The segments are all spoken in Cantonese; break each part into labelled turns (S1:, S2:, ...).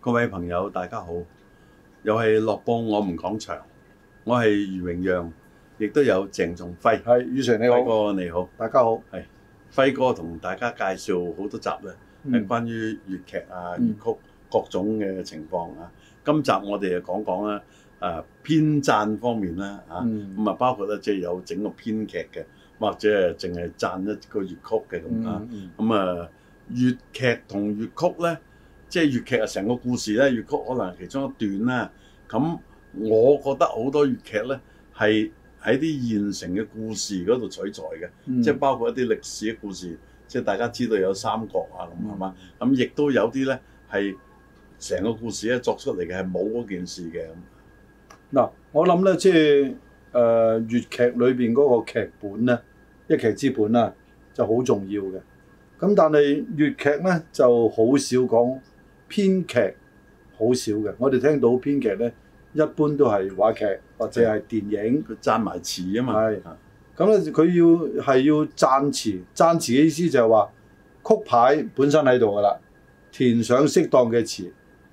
S1: 各位朋友，大家好！又係樂報我們講場，我係余榮陽，亦都有鄭仲輝。
S2: 係，宇成你
S1: 輝
S2: 好，
S1: 哥你好，
S2: 大家好。
S1: 輝哥同大家介紹好多集咧，係
S2: 嗯
S1: 關於粵劇啊、粵
S2: 嗯
S1: 曲各種嘅情況啊。今集我哋就講講啦，誒編撰方面啦嚇，
S2: 嗯
S1: 咁啊包括咧即係有整個編劇嘅，或者係淨係贊一個粵曲嘅咁啊。
S2: 嗯
S1: 咁啊，粵劇同粵曲咧，即係粵劇啊，成個故事咧，粵曲可能係其中一段啦。咁我覺得好多粵劇咧係喺啲現成嘅故事嗰度取材嘅，
S2: 嗯
S1: 即係包括一啲歷史嘅故事，即係大家知道有三國啊咁
S2: 嗯
S1: 係嘛，咁亦都有啲咧係成個故事咧作出嚟嘅係冇嗰件事嘅咁。
S2: 嗱，我諗咧，即係誒粵劇裏邊嗰個劇本咧，一劇之本啦，就好重要嘅。咁但係粵劇咧就好少講編劇，好少嘅。我哋聽到編劇咧，一般都係話劇或者係電影。
S1: 佢贊埋詞啊嘛，
S2: 係
S1: 啊
S2: 咁咧，佢要係要贊詞，贊詞嘅意思就係話曲牌本身喺度噶啦，填上適當嘅詞，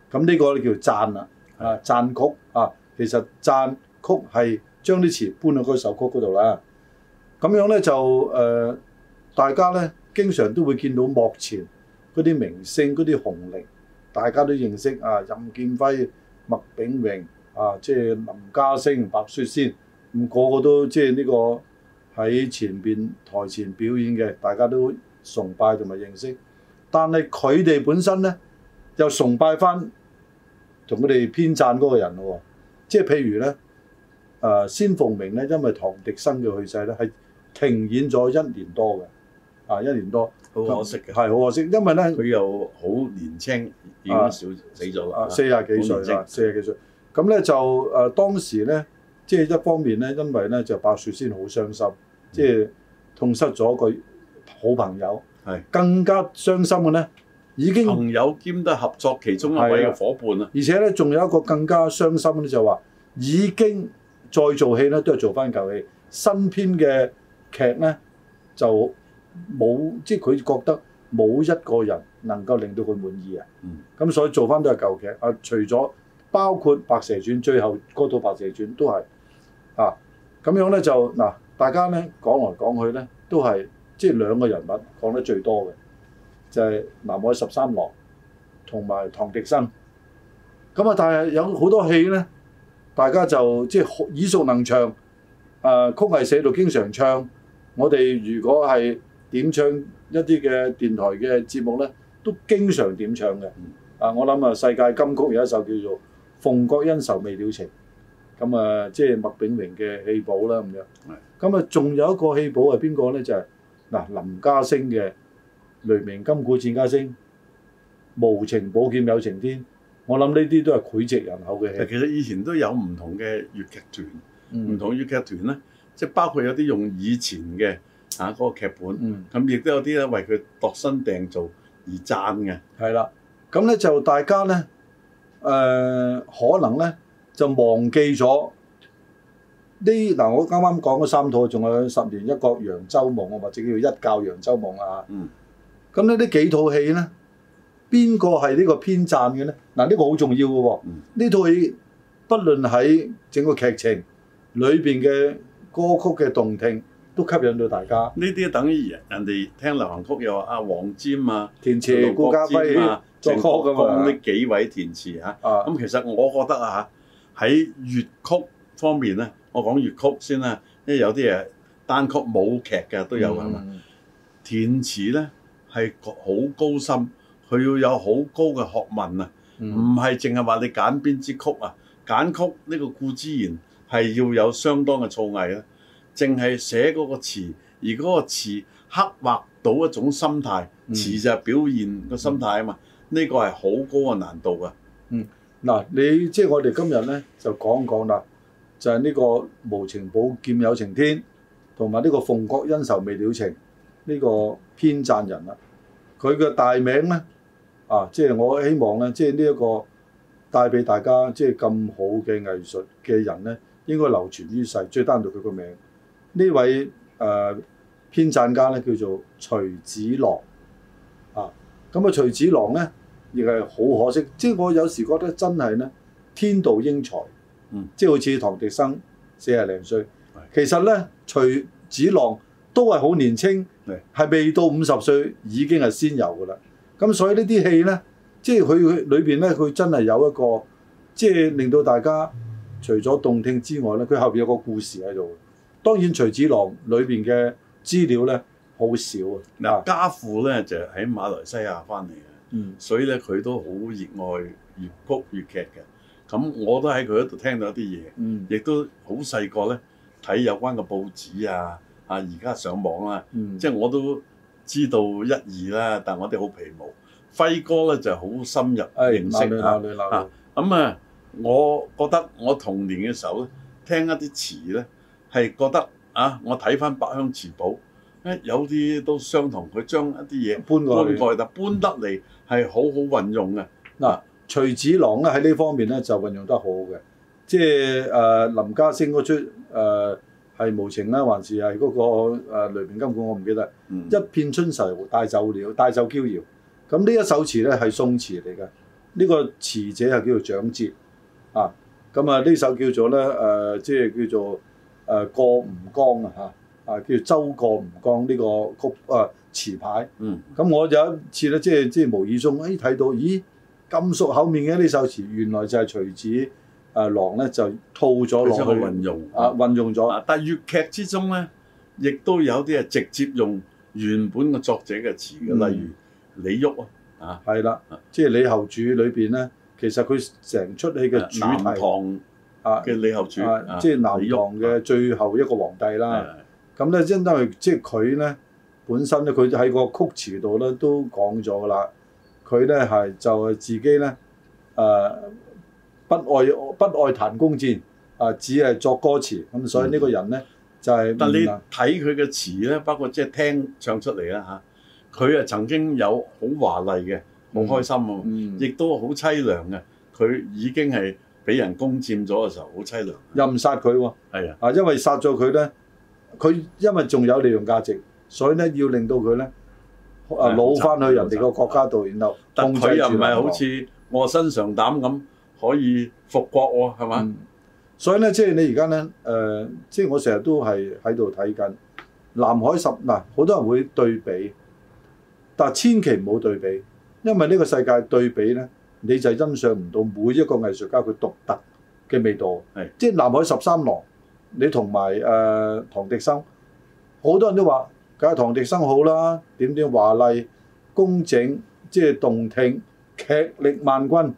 S2: 咁呢個咧叫贊啦，啊贊曲啊，其實贊曲係將啲詞搬到嗰首曲嗰度啦。咁樣咧就誒、呃大家咧經常都會見到幕前嗰啲明星、嗰啲紅伶，大家都認識啊，任劍輝、麥炳榮啊，即係林家聲、白雪仙，咁、個個都即係呢個。喺前邊台前表演嘅，大家都崇拜同埋認識。但係佢哋本身咧，又崇拜翻同佢哋編撰嗰個人咯喎。即係譬如咧，呃誒、仙鳳鳴咧，因為唐迪生嘅去世咧，係停演咗一年多嘅，啊一年多，
S1: 好可惜嘅，
S2: 係好可惜，因為咧
S1: 佢又好年青，已經
S2: 啊
S1: 少死咗啦
S2: 啊，四廿幾歲
S1: 好年青
S2: 啦，四廿幾歲。咁咧就誒、呃、當時咧，即係一方面咧，因為咧就白雪仙好傷心，
S1: 嗯
S2: 即係痛失咗佢好朋友。
S1: 係
S2: 更加傷心嘅咧，已經
S1: 朋友兼都係合作其中一位
S2: 嗯係
S1: 嘅
S2: 啊
S1: 伙伴啊。
S2: 而且咧仲有一個更加傷心咧，就話已經再做戲咧都係做翻舊戲，新編嘅劇咧就冇，即係佢覺得冇一個人能夠令到佢滿意啊。
S1: 嗯，
S2: 咁所以做翻都係舊劇啊，除咗包括《白蛇傳》最後嗰套《白蛇傳》都係啊，咁樣咧就嗱，大家咧講來講去咧都係即係兩個人物講得最多嘅，就係、南海十三郎同埋唐迪生。咁啊，但係有好多戲咧，大家就即係好耳熟能詳。誒、曲藝社度經常唱，我哋如果係點唱一啲嘅電台嘅節目咧，都經常點唱嘅。啊，我諗啊，世界金曲有一首叫做《鳳閣恩仇未了情》，咁啊，即係麥炳榮嘅戲寶啦咁樣
S1: 係。
S2: 咁啊，仲有一個戲寶係邊個咧？就係、嗱林家聲嘅《雷鳴金鼓戰家聲》，無情寶劍有情天。我諗呢啲都係膾炙人口嘅戲。
S1: 其實以前都有唔同嘅粵劇團，唔、
S2: 嗯
S1: 同粵劇團咧，即係包括有啲用以前嘅啊嗰、個劇本，
S2: 嗯，
S1: 咁亦都有啲咧為佢度身訂造而贊嘅。
S2: 係啦。咁咧就大家咧，誒、可能咧就忘記咗呢嗱，我啱啱講嗰三套，仲有十年一國揚州夢啊，或者叫一教揚州夢啊。
S1: 嗯。
S2: 咁咧呢幾套戲咧，邊個係呢個編撰嘅咧？嗱、呢、個好重要嘅喎、
S1: 嗯
S2: 呢套戲不論喺整個劇情裏邊嘅歌曲嘅動聽，都吸引到大家。
S1: 呢啲等於人人哋聽流行曲又話啊黃霑啊、
S2: 填詞顧嘉輝作曲
S1: 鄭啊
S2: 㗎
S1: 國江
S2: 嘛
S1: 呢幾位填詞啊。
S2: 啊，
S1: 咁其實我覺得啊，喺粵曲方面咧，我講粵曲先啦，因為有啲嘢單曲舞劇嘅都有㗎係嘛。
S2: 嗯
S1: 填詞咧係好高深，佢要有好高嘅學問啊，
S2: 嗯
S1: 唔係淨係話你揀邊支曲啊，揀曲呢個固之然係要有相當嘅造詣啦，淨係寫嗰個詞，而嗰個詞刻畫到一種心態，
S2: 嗯
S1: 詞就係表現個心態啊嘛，呢個係好高嘅難度啊噶，
S2: 嗱，你即係我哋今日咧就講講啦，就係、呢個無情寶劍有情天，同埋呢個鳳閣恩仇未了情呢、個編撰人啦。佢嘅大名咧啊，即係我希望咧，即係呢一個帶俾大家即係咁好嘅藝術嘅人咧，應該流傳於世。最單獨佢個名呢位誒、呃、編編撰家咧叫做徐子郎啊。咁啊，徐子郎咧亦係好可惜，即係我有時覺得真係咧天妒英才，
S1: 嗯
S2: 即係好似唐迪生四廿零歲，其實咧徐子郎都係好年青
S1: 係，
S2: 係未到五十歲已經係仙遊㗎啦。咁所以呢啲戲咧，即係佢佢裏邊咧，佢真係有一個即係令到大家除咗動聽之外咧，佢後邊有個故事喺度。當然徐子郎裏邊嘅資料咧好少
S1: 嗱，
S2: 啊。
S1: 家父咧就喺馬來西亞翻嚟嘅，
S2: 嗯
S1: 所以咧佢都好熱愛粵曲粵劇嘅。咁我都喺佢嗰度聽到一啲嘢。
S2: 嗯
S1: 亦都好細個咧睇有關嘅報紙啊，啊而家上網啦、
S2: 嗯，
S1: 即係我都知道一二啦，但我哋好皮毛。輝哥咧就好深入
S2: 係
S1: 認
S2: 哎鬧
S1: 識
S2: 你
S1: 啊
S2: 鬧，你鬧
S1: 啊
S2: 你，
S1: 咁啊，我覺得我童年嘅時候咧，聽一啲詞咧係覺得啊，我睇翻《百鄉詞譜》，誒有啲都相同，佢將一啲嘢
S2: 搬過
S1: 搬
S2: 去。
S1: 過去，但搬得嚟係好好運用嘅。
S2: 嗱，徐子郎咧喺呢方面咧就運用得好好嘅，即係誒、呃林家聲嗰出誒係、無情啦，還是係嗰、個、呃、雷鳴金鼓，我唔記得。
S1: 嗯
S2: 一片春愁帶走了，帶走嬌搖。咁呢一首詞咧係宋詞嚟嘅，呢、個詞者係叫做蔣捷啊。咁啊呢首叫做咧誒、呃即係叫做誒、呃、過吳江啊嚇啊，叫周過吳江呢個曲啊詞牌。
S1: 嗯
S2: 咁我有一次咧，即係即係無意中，誒睇到，咦咁熟口面嘅呢首詞，原來就係徐子誒郎咧就套咗
S1: 佢
S2: 落
S1: 將佢
S2: 去
S1: 運用
S2: 啊，運用咗
S1: 啊！但係粵劇之中咧，亦都有啲係直接用原本嘅作者嘅詞嘅，
S2: 嗯
S1: 例如李煜啊，啊
S2: 係啦
S1: 啊，
S2: 即係李後主裏邊咧，其實佢成出戲嘅主
S1: 南
S2: 題
S1: 唐
S2: 啊，
S1: 嘅李後主，
S2: 啊
S1: 啊
S2: 即係南
S1: 李煜
S2: 唐嘅最後一個皇帝
S1: 啊
S2: 啦。咁咧，因為即係佢咧本身咧，佢喺個曲詞度咧都講咗噶啦，佢咧係就係自己咧誒、不愛不愛彈弓箭啊，只係作歌詞咁，所以呢個人咧就係、
S1: 但你
S2: 嗯
S1: 睇佢嘅詞咧，包括即係聽唱出嚟啦嚇，佢啊曾經有好華麗嘅，好開心啊，
S2: 嗯
S1: 亦都好凄涼嘅。佢已經係俾人攻佔咗嘅時候，好凄涼。
S2: 任殺佢喎
S1: 係啊，
S2: 啊，因為殺咗佢咧，佢因為仲有利用價值，所以咧要令到佢咧啊
S1: 係
S2: 老翻去人哋
S1: 好
S2: 個
S1: 慘
S2: 國家度，然後
S1: 但
S2: 控制
S1: 佢又唔
S2: 住
S1: 係
S2: 流
S1: 好
S2: 亡
S1: 似我身上膽咁可以復國喎，係嘛？
S2: 嗯所以咧，即係你而家咧，誒、即係我成日都係喺度睇緊南海十嗱，好多人會對比，但係千祈唔好對比，因為呢個世界對比咧，你就欣賞唔到每一個藝術家佢獨特嘅味道。
S1: 係
S2: 即係南海十三郎，你同埋誒唐迪生，好多人都話，梗係唐迪生好啦，點點華麗、工整，即係動聽、劇力萬鈞。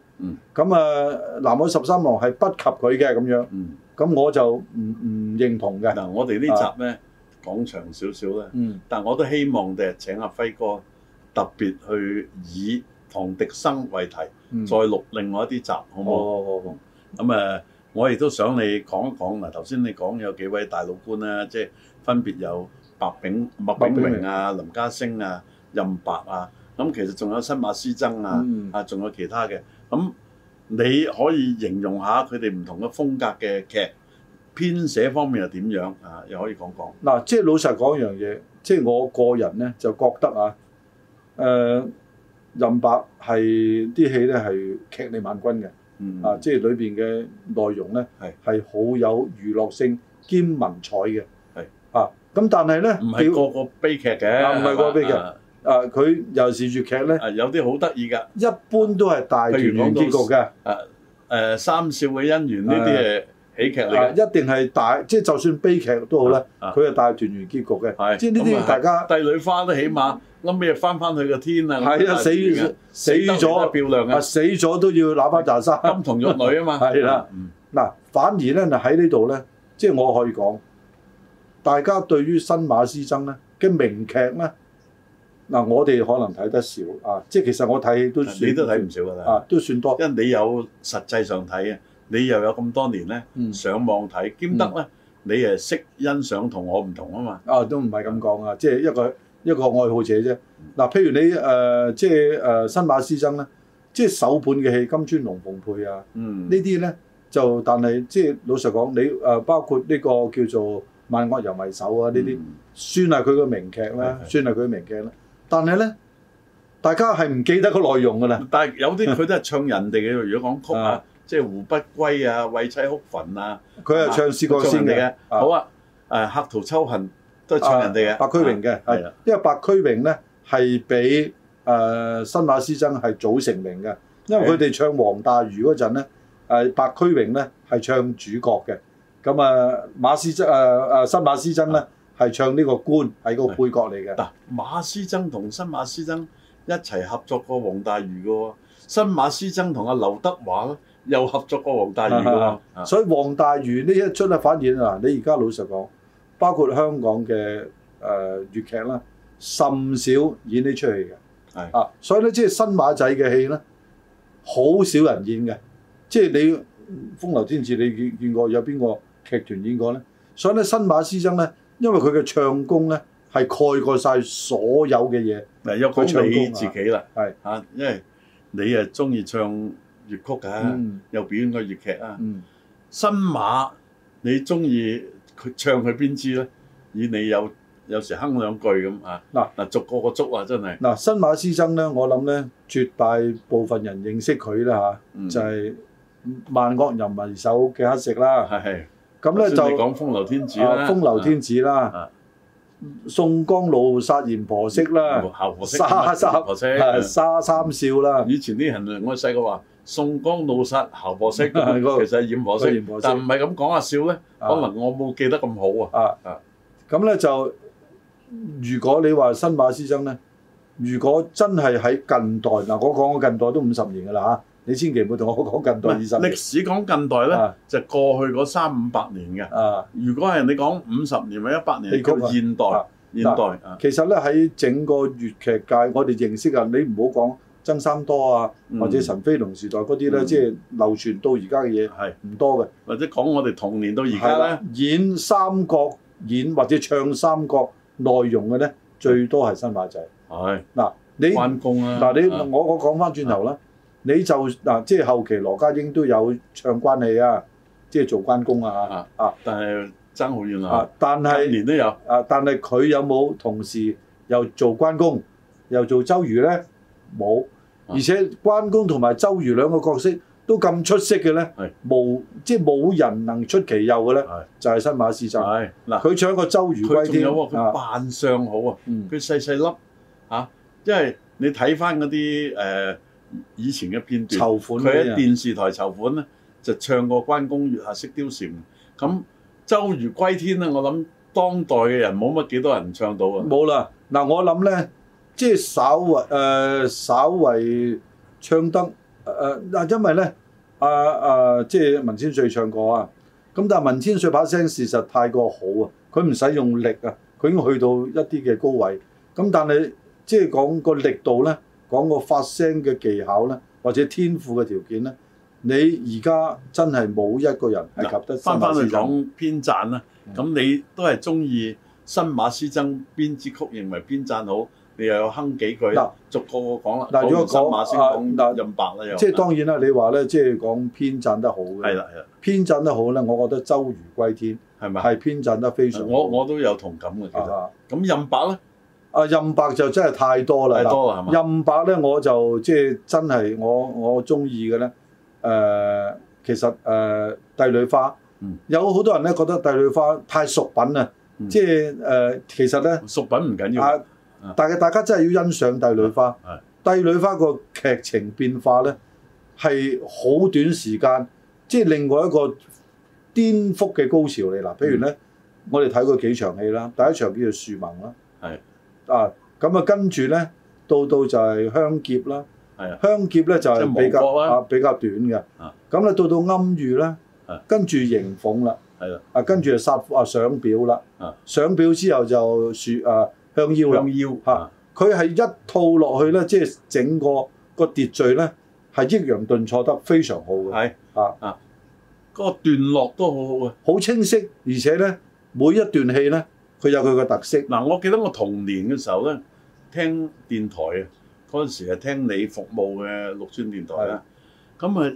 S2: 咁啊，南海十三郎係不及佢嘅咁樣，
S1: 嗯。
S2: 咁我就唔唔認同嘅。
S1: 嗱，我哋呢集咧講長少少咧，
S2: 嗯，
S1: 但我都希望第日請阿輝哥特別去以唐迪生為題，再
S2: 好
S1: 錄另外一啲集，好
S2: 好
S1: 嗯唔好？
S2: 好好，
S1: 咁誒，我亦都想你講一講嗱，啊頭先你講有幾位大老官啦，即係分別有白炳、麥炳榮啊、林家聲啊、任白啊，咁其實仲有新馬師曾啊，
S2: 嗯
S1: 啊仲有其他嘅，咁你可以形容下佢哋唔同嘅風格嘅劇編寫方面又點樣啊？又可以講講。
S2: 嗱，即係老實講一樣嘢，即係我個人咧就覺得啊，誒、任白係啲戲咧係劇力萬鈞嘅，
S1: 嗯
S2: 啊，即係裏邊嘅內容咧
S1: 係
S2: 係好有娛樂性兼文采嘅，
S1: 係
S2: 啊，咁但係咧，
S1: 唔係個個悲劇嘅，
S2: 啊唔係個個悲劇
S1: 啊
S2: 啊佢尤其是粵劇咧，
S1: 啊有啲好得意㗎，
S2: 一般都係大團
S1: 譬如講
S2: 圓
S1: 到
S2: 結局嘅。
S1: 誒三少嘅姻緣呢啲係喜劇嚟
S2: 啊，一
S1: 嘅，
S2: 定係大，即係就算悲劇都好啦，
S1: 啊啊
S2: 佢係大團圓結局嘅，
S1: 係
S2: 即係呢
S1: 咁啊
S2: 啲大家
S1: 帝女花都起碼諗尾翻翻去個天啊，
S2: 係啊
S1: 咁
S2: 死死
S1: 得嚟都係
S2: 咗
S1: 漂亮
S2: 啊
S1: 嘅，
S2: 死咗都要喇叭炸沙
S1: 金童玉女啊嘛，
S2: 係啦
S1: 嗯，
S2: 嗱，反而咧嗱喺呢度咧，即係我可以講，大家對於新馬師曾咧嘅名劇咧，嗱我哋可能睇得少啊，即係其實我睇戲都算
S1: 你都睇唔少㗎啦，
S2: 啊，都算多，
S1: 因為你有實際上睇啊，你又有咁多年咧
S2: 嗯
S1: 上網睇，兼得咧你誒識欣賞同我唔同啊嘛，
S2: 啊，都唔係咁講啊，即係一個一個愛好者啫。嗱、譬如你誒、呃即係誒、呃新馬師曾咧，即係首本嘅戲《金磚龍鳳配》啊，
S1: 嗯
S2: 呢，啲咧就但係即係老實講，你誒、呃包括呢個叫做誒、萬惡人為首啊呢啲。
S1: 嗯
S2: 算係佢個名劇啦，
S1: 係係
S2: 算係佢個名劇啦。但係咧，大家係唔記得個內容㗎啦。
S1: 嗯但係有啲佢都係唱人哋嘅，如果講曲啊
S2: 啊，
S1: 即係胡不歸啊、為妻哭墳啊，
S2: 佢係唱試過先
S1: 唱人哋
S2: 嘅
S1: 嘅。，好啊，誒客途秋恨都係唱人哋嘅，
S2: 啊
S1: 啊
S2: 白駒榮嘅，
S1: 係
S2: 係
S1: 啦，
S2: 因為白駒榮咧係比誒新馬師曾係早成名嘅，因為佢哋唱黃大魚嗰陣咧，誒白駒榮咧係唱主角嘅，咁啊馬師曾誒誒新馬師曾咧
S1: 啊
S2: 係唱呢個官係個配角嚟嘅，
S1: 嗱，馬師曾同新馬師曾一齊合作過黃大魚嘅喎，新馬師曾同阿劉德華咧又合作過黃大魚嘅喎，
S2: 所以黃大魚呢一出咧，啊反而嗱，你而家老實講，包括香港嘅誒粵劇啦，甚少演呢出戲嘅。
S1: 係
S2: 啊，所以咧，即係新馬仔嘅戲咧，好少人演嘅。即係你嗯《風流天使》，你見見過有邊個劇團演過咧？所以咧，新馬師曾咧，因為佢嘅唱功咧係蓋過晒所有嘅嘢。
S1: 嗱又講你自己啦，
S2: 係
S1: 嚇，因為你啊中意唱粵曲㗎，
S2: 嗯
S1: 又表演過粵劇啊。
S2: 嗯，
S1: 新馬你中意佢唱佢邊支咧？以你有有時哼兩句咁啊！
S2: 嗱
S1: 嗱，逐個個捉啊，真係
S2: 嗱，新馬師曾咧，我諗咧，絕大部分人認識佢啦嚇。
S1: 嗯
S2: 就係萬惡人為首嘅乞食啦。
S1: 係係
S2: 咁咧就
S1: 頭先你講風流天子啦，
S2: 啊風流天子啦
S1: 啊，
S2: 宋江怒殺閻婆惜啦，
S1: 姣啊婆式
S2: 啊沙三
S1: 姣婆
S2: 啊
S1: 式。
S2: 沙三少啦，
S1: 以前啲人我細個話宋江怒殺姣婆式，其
S2: 係嗰個
S1: 實係染婆
S2: 嗰個
S1: 式
S2: 染婆，式
S1: 但唔係咁講阿笑咧，
S2: 啊
S1: 可能我冇記得咁好啊。啊
S2: 啊，咁咧就如果你話新馬師曾咧，如果真係喺近代嗱，我講嘅近代都五十年㗎啦嚇，你千祈唔好同我講近代二十
S1: 歷
S2: 年
S1: 史講近代咧
S2: 啊，
S1: 就過去嗰三五百年嘅。
S2: 啊。
S1: 如果係你講五十年或一百
S2: 戲
S1: 年，
S2: 曲啊
S1: 叫現代
S2: 啊，
S1: 現代啊，
S2: 其實咧喺整個粵劇界，我哋認識啊，你唔好講曾三多啊，
S1: 嗯
S2: 或者陳飛龍時代嗰啲咧，
S1: 嗯
S2: 即係流傳到而家嘅嘢
S1: 係。
S2: 唔多嘅。
S1: 或者講我哋童年到而
S2: 係
S1: 家
S2: 啦
S1: 咧，，
S2: 演三角演或者唱三角內容嘅咧，最多係新馬仔。
S1: 係
S2: 嗱你
S1: 關公啊！
S2: 哎嗱你
S1: 啊
S2: 我我講翻轉頭啦，你就嗱即係後期羅家英都有唱關戲啊，即係做關公啊
S1: 啊
S2: 啊
S1: 但係爭好遠啦
S2: 啊，，但
S1: 近
S2: 係。
S1: 年都有
S2: 啊，但係佢有冇同時又做關公又做周瑜呢？冇，
S1: 啊
S2: 而且關公同埋周瑜兩個角色都咁出色嘅呢
S1: 係，
S2: 無即係冇人能出其右嘅呢，
S1: 係
S2: 就係新馬師曾。
S1: 係嗱，
S2: 佢唱個周瑜
S1: 佢
S2: 歸
S1: 仲有
S2: 天
S1: 喎，佢
S2: 啊，
S1: 扮相好啊，
S2: 嗯
S1: 佢細細粒嚇，因為你睇翻嗰啲誒以前嘅片段，
S2: 籌款
S1: 佢
S2: 嗰啲
S1: 喺
S2: 啊
S1: 電視台籌款咧，就唱過關公月下識貂蟬。咁周瑜歸天咧，我諗當代嘅人冇乜幾多人唱到啊。
S2: 冇啦。嗱，我諗呢，即係稍為誒稍為唱得誒呃嗱，因為呢，啊啊，即係文千歲唱過啊。咁但係文千歲把聲事實太過好啊，佢唔使用力啊，佢已經去到一啲嘅高位。咁但係即係講個力度咧，講個發聲嘅技巧咧，或者天賦嘅條件咧，你而家真係冇一個人係及得新
S1: 翻
S2: 馬
S1: 翻去
S2: 師曾。
S1: 講編撰啦，
S2: 嗯
S1: 咁你都係中意新馬師曾邊支曲認為編撰好，你又有哼幾句，
S2: 嗱
S1: 逐個個講啦。
S2: 嗱如果
S1: 講完新馬
S2: 講
S1: 先
S2: 啊
S1: 講
S2: 嗱
S1: 任白啦，又
S2: 即係當然啦，你話咧，即係講編撰得好
S1: 係
S2: 嘅，
S1: 啦係啦，
S2: 編撰得好咧，我覺得周瑜歸天
S1: 係咪？
S2: 係編撰得非常好。
S1: 我我都有同感嘅，其實。
S2: 啊
S1: 咁任白咧
S2: 啊任白就真係太多啦。
S1: 太
S2: 嗱
S1: 多啦，係嘛？
S2: 任白咧，我就即係真係我我中意嘅咧。誒、呃其實誒、呃帝女花，
S1: 嗯
S2: 有好多人咧覺得帝女花太熟品啦，
S1: 嗯
S2: 即係誒、呃其實咧
S1: 熟品唔緊要，
S2: 啊
S1: 啊，
S2: 但係大家真係要欣賞帝女花。
S1: 係
S2: 帝女花個劇情變化咧係好短時間，即係另外一個顛覆嘅高潮嚟嗱。譬如咧，
S1: 嗯
S2: 我哋睇過幾場戲啦，第一場叫做樹盟啦，
S1: 係
S2: 啊，咁啊跟住咧到到就係香劫啦，
S1: 係啊，
S2: 香劫咧就
S1: 即係
S2: 係比較
S1: 亡國啦
S2: 啊比較短嘅
S1: 啊，
S2: 咁咧到到暗喻啦
S1: 啊，
S2: 跟住迎鳳啦，
S1: 係啦，
S2: 啊跟住就殺啊上表啦
S1: 啊，
S2: 上表之後就樹啊香腰啦。
S1: 香腰
S2: 嚇佢係一套落去咧，即係整個個秩序咧係抑揚頓挫得非常好嘅，
S1: 係
S2: 啊
S1: 啊，嗰個段落都好好啊。
S2: 好清晰，而且咧每一段戲咧佢有佢嘅特色。
S1: 嗱，我記得我童年嘅時候咧，聽電台啊，嗰陣時係聽你服務嘅綠村電台啦。咁啊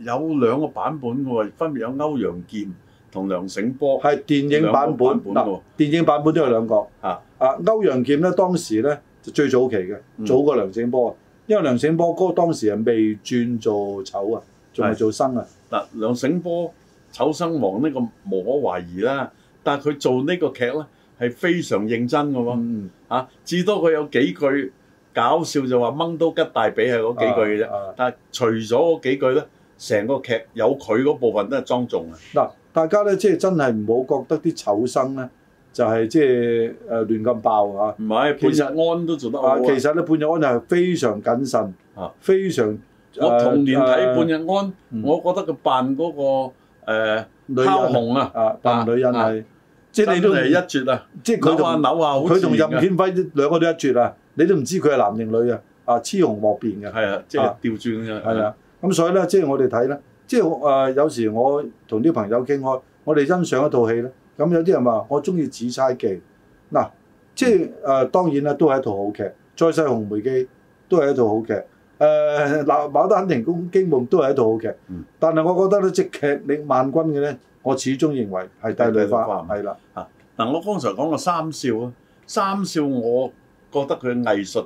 S1: 有兩個版本嘅喎，分別有歐陽劍同梁醒波
S2: 係電影版
S1: 兩
S2: 本
S1: 個版本
S2: 嗱
S1: 喎，
S2: 電影版本都有兩個
S1: 啊
S2: 啊。歐陽劍咧當時咧就最早期嘅，
S1: 嗯
S2: 早過梁醒波啊，因為梁醒波哥當時係未轉做丑啊，仲係
S1: 係
S2: 做生啊，
S1: 嗱，梁醒波丑生王呢個無可懷疑啦，但係佢做呢個劇咧係非常認真嘅喎。
S2: 嗯，
S1: 啊，至多佢有幾句搞笑就話掹刀吉大髀係嗰幾句嘅啫。
S2: 啫。
S1: 但係除咗嗰幾句咧，成個劇有佢嗰部分都係莊重啊。
S2: 嗱，大家咧即係真係唔好覺得啲丑生咧就係即係誒亂咁爆啊！
S1: 唔係
S2: 其實
S1: 潘日安都做得好
S2: 啊，
S1: 啊。
S2: 其實咧，半日安係非常謹慎，
S1: 啊
S2: 非常呃
S1: 我童年睇
S2: 誒
S1: 半日安，
S2: 啊嗯
S1: 我覺得佢扮嗰、個誒
S2: 呃女人
S1: 烤紅啊，
S2: 啊，扮女人
S1: 啊
S2: 係，即係你都
S1: 真
S2: 唔
S1: 係一絕啊！
S2: 即係佢
S1: 扭下
S2: 同
S1: 扭下，好
S2: 佢同
S1: 自然
S2: 任
S1: 嘅
S2: 劍輝兩個都一絕啊！你都唔知佢係男定女啊！啊，雌雄莫辨嘅，
S1: 係啊，即係調轉嘅。
S2: 係啊。咁所以咧，即係我哋睇咧，即係誒、有時我同啲朋友傾開，我哋欣賞一套戲咧，咁有啲人話我中意《紫釵記》，嗱，即係誒、呃當然啦，都係一套好劇，《再世紅梅記》都係一套好劇，誒、嗱，《牡丹亭宮驚夢》都係一套好劇，
S1: 嗯
S2: 但係我覺得咧，即係劇力萬鈞嘅咧，我始終認為係《帝女
S1: 帝女
S2: 花
S1: 花》，
S2: 係啦，
S1: 嗱，我剛才講過三少啊，三少我覺得佢藝術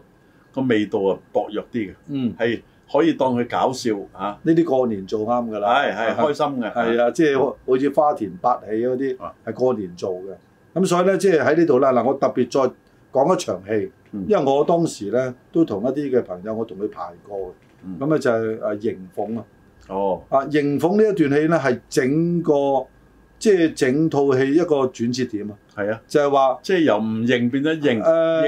S1: 個味道啊薄弱啲嘅，
S2: 嗯，
S1: 係可以當佢搞笑嚇，
S2: 呢啲過年做啱㗎啦，
S1: 係係開心嘅，
S2: 係啊，即係好好似花田八起嗰啲
S1: 啊
S2: 係過年做嘅。咁所以咧，即係喺呢度啦。嗱，我特別再講一場戲，
S1: 嗯
S2: 因為我當時咧都同一啲嘅朋友，我同佢排過嘅。
S1: 嗯
S2: 咁咧就係誒迎鳳啊，
S1: 哦，
S2: 啊迎鳳呢一段戲咧係整個即係整套戲一個轉折點啊，
S1: 係啊，
S2: 就係話
S1: 即係由唔認變咗認，
S2: 誒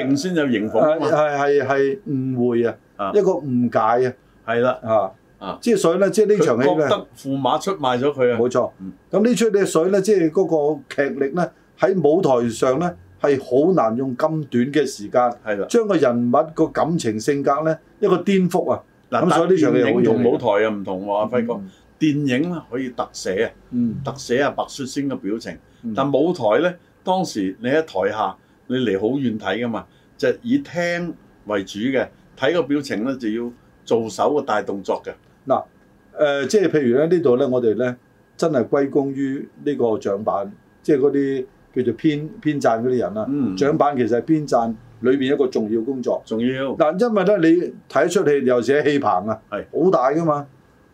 S1: 認先有認
S2: 誒
S1: 房啊嘛，
S2: 係係係誤會啊
S1: 啊，
S2: 一個誤解啊
S1: 係啦，
S2: 啊
S1: 啊
S2: 即係所以咧，即係呢場
S1: 佢
S2: 戲
S1: 覺
S2: 咧。
S1: 得駙馬出賣咗佢啊，
S2: 冇錯
S1: 嗯。
S2: 咁呢出嘅水咧，即係嗰個劇力咧，喺舞台上咧係好難用咁短嘅時間，
S1: 係啦，
S2: 將個人物個感情性格咧一個顛覆啊！
S1: 嗱，
S2: 咁所以呢場戲
S1: 但電影
S2: 好嘢
S1: 同舞台又唔同喎，阿輝哥，電影咧可以特寫啊，
S2: 嗯，
S1: 特寫啊白雪仙嘅表情。
S2: 嗯
S1: 但舞台咧，當時你喺台下，你離好遠睇噶嘛，就以聽為主嘅，睇個表情咧就要做手嘅大動作嘅。
S2: 誒，呃即係譬如咧呢度咧，我哋咧真係歸功於呢個獎板，即係嗰啲叫做編編撰嗰啲人啦。
S1: 嗯
S2: 獎板其實係編撰裏邊一個重要工作。
S1: 仲要
S2: 嗱，因為咧你睇一出戲，尤其是喺戲棚啊，
S1: 係
S2: 好大噶嘛。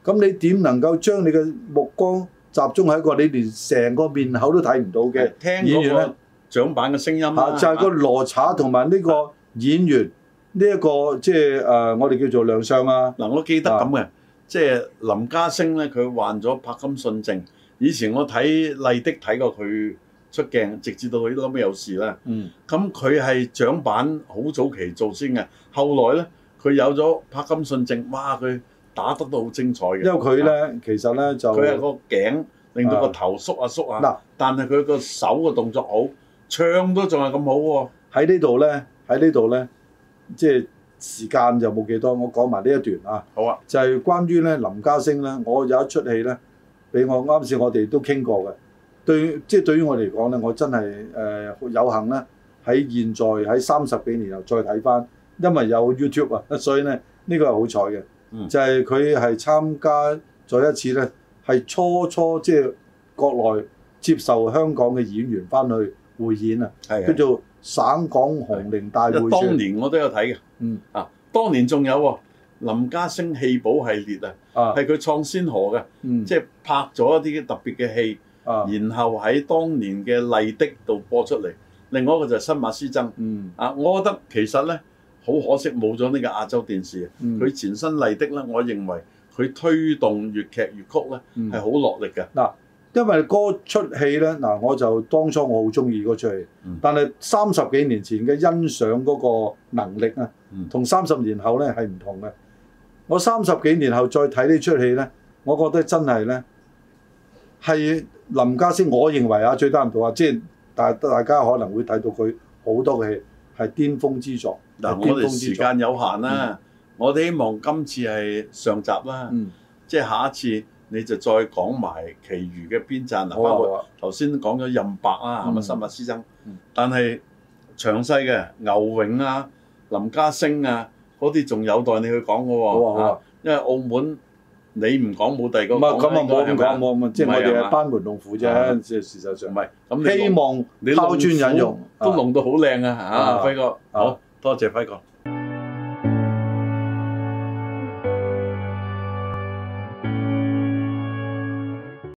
S2: 咁你點能夠將你嘅目光集中喺一個你連成個面口都睇唔到
S1: 嘅
S2: 嘅
S1: 聽
S2: 演
S1: 嗰
S2: 員咧
S1: 個掌板嘅聲音啦
S2: 啊？就係個羅查同埋呢個演員呢一個即係誒，呃我哋叫做亮相啊，
S1: 嗱，我記得咁嘅，即係林家聲咧，佢患咗柏金遜症。以前我睇麗的睇過佢出鏡，直至到佢後尾有事啦。
S2: 嗯，
S1: 咁佢係掌板好早期做先嘅，後來咧佢有咗柏金遜症，哇！佢打得都好精彩嘅。
S2: 因為佢咧其實咧就
S1: 啊佢係個頸令到
S2: 啊
S1: 個頭縮啊縮啊，
S2: 嗱
S1: 但係佢個手嘅動作好，唱都仲係咁好喎、
S2: 喺呢度咧，喺呢度咧，即係時間就冇幾多，我講埋呢一段啊。
S1: 好啊，
S2: 就係關於咧林家聲咧，我有一出戲咧，俾我啱先我哋都傾過嘅。對，即係對於我嚟講咧，我真係誒、呃有幸咧，喺現在喺三十幾年後再睇翻，因為有 YouTube 啊， 所以咧呢個係好彩嘅。
S1: 嗯
S2: 就係佢係參加咗一次咧，係初初即係國內接受香港嘅演員翻去匯演啊，叫
S1: 係啊，
S2: 做省港紅伶大會
S1: 當
S2: 選
S1: 年我都有睇嘅，
S2: 嗯
S1: 啊，當年仲有喎、林家聲戲寶系列啊，
S2: 啊，
S1: 係佢創先河嘅，
S2: 嗯
S1: 即係拍咗一啲特別嘅戲，
S2: 啊，
S1: 然後喺當年嘅麗的度播出嚟。另外一個就係新馬師曾
S2: 嗯
S1: 啊，我覺得其實咧好可惜冇咗呢個亞洲電視啊，
S2: 嗯
S1: 佢前身麗的咧，我認為佢推動粵劇粵曲咧
S2: 嗯
S1: 係好落力嘅。
S2: 因為嗰出戲咧，嗱我就當初我好中意嗰出戲，
S1: 嗯
S2: 但係三十幾年前嘅欣賞嗰個能力啊
S1: 嗯，
S2: 同三十年後咧係唔同嘅。我三十幾年後再睇呢出戲咧，我覺得真係咧係林家聲，我認為啊最擔唔到啊，即係大大家可能會睇到佢好多嘅戲係巔峰之作。
S1: 嗱，
S2: 係巔
S1: 我哋
S2: 峰
S1: 時
S2: 之作，
S1: 間有限啦，我哋希望今次係上集啦，
S2: 嗯，
S1: 即係下一次你就再講埋其餘嘅編撰嗱，
S2: 好啊
S1: 包
S2: 好
S1: 括
S2: 啊，
S1: 頭先講咗任白啊，係咪
S2: 嗯
S1: 新馬師曾
S2: 嗯？
S1: 但係詳細嘅牛永啊、林家聲啊嗰啲仲有待你去講嘅
S2: 好啊好
S1: 喎
S2: 啊，，
S1: 因為澳門你唔講冇第二個
S2: 唔係咁啊，冇咁
S1: 係咪
S2: 講，冇咁啊，即係
S1: 唔係
S2: 我哋
S1: 啊嘛啊
S2: 係班門弄斧啫，即係事實
S1: 唔
S2: 上。
S1: 係咁你
S2: 希
S1: 弄
S2: 望
S1: 你
S2: 拋磚引玉
S1: 都弄到好靚啊！
S2: 啊
S1: 嚇，輝哥，
S2: 啊
S1: 好多謝輝哥。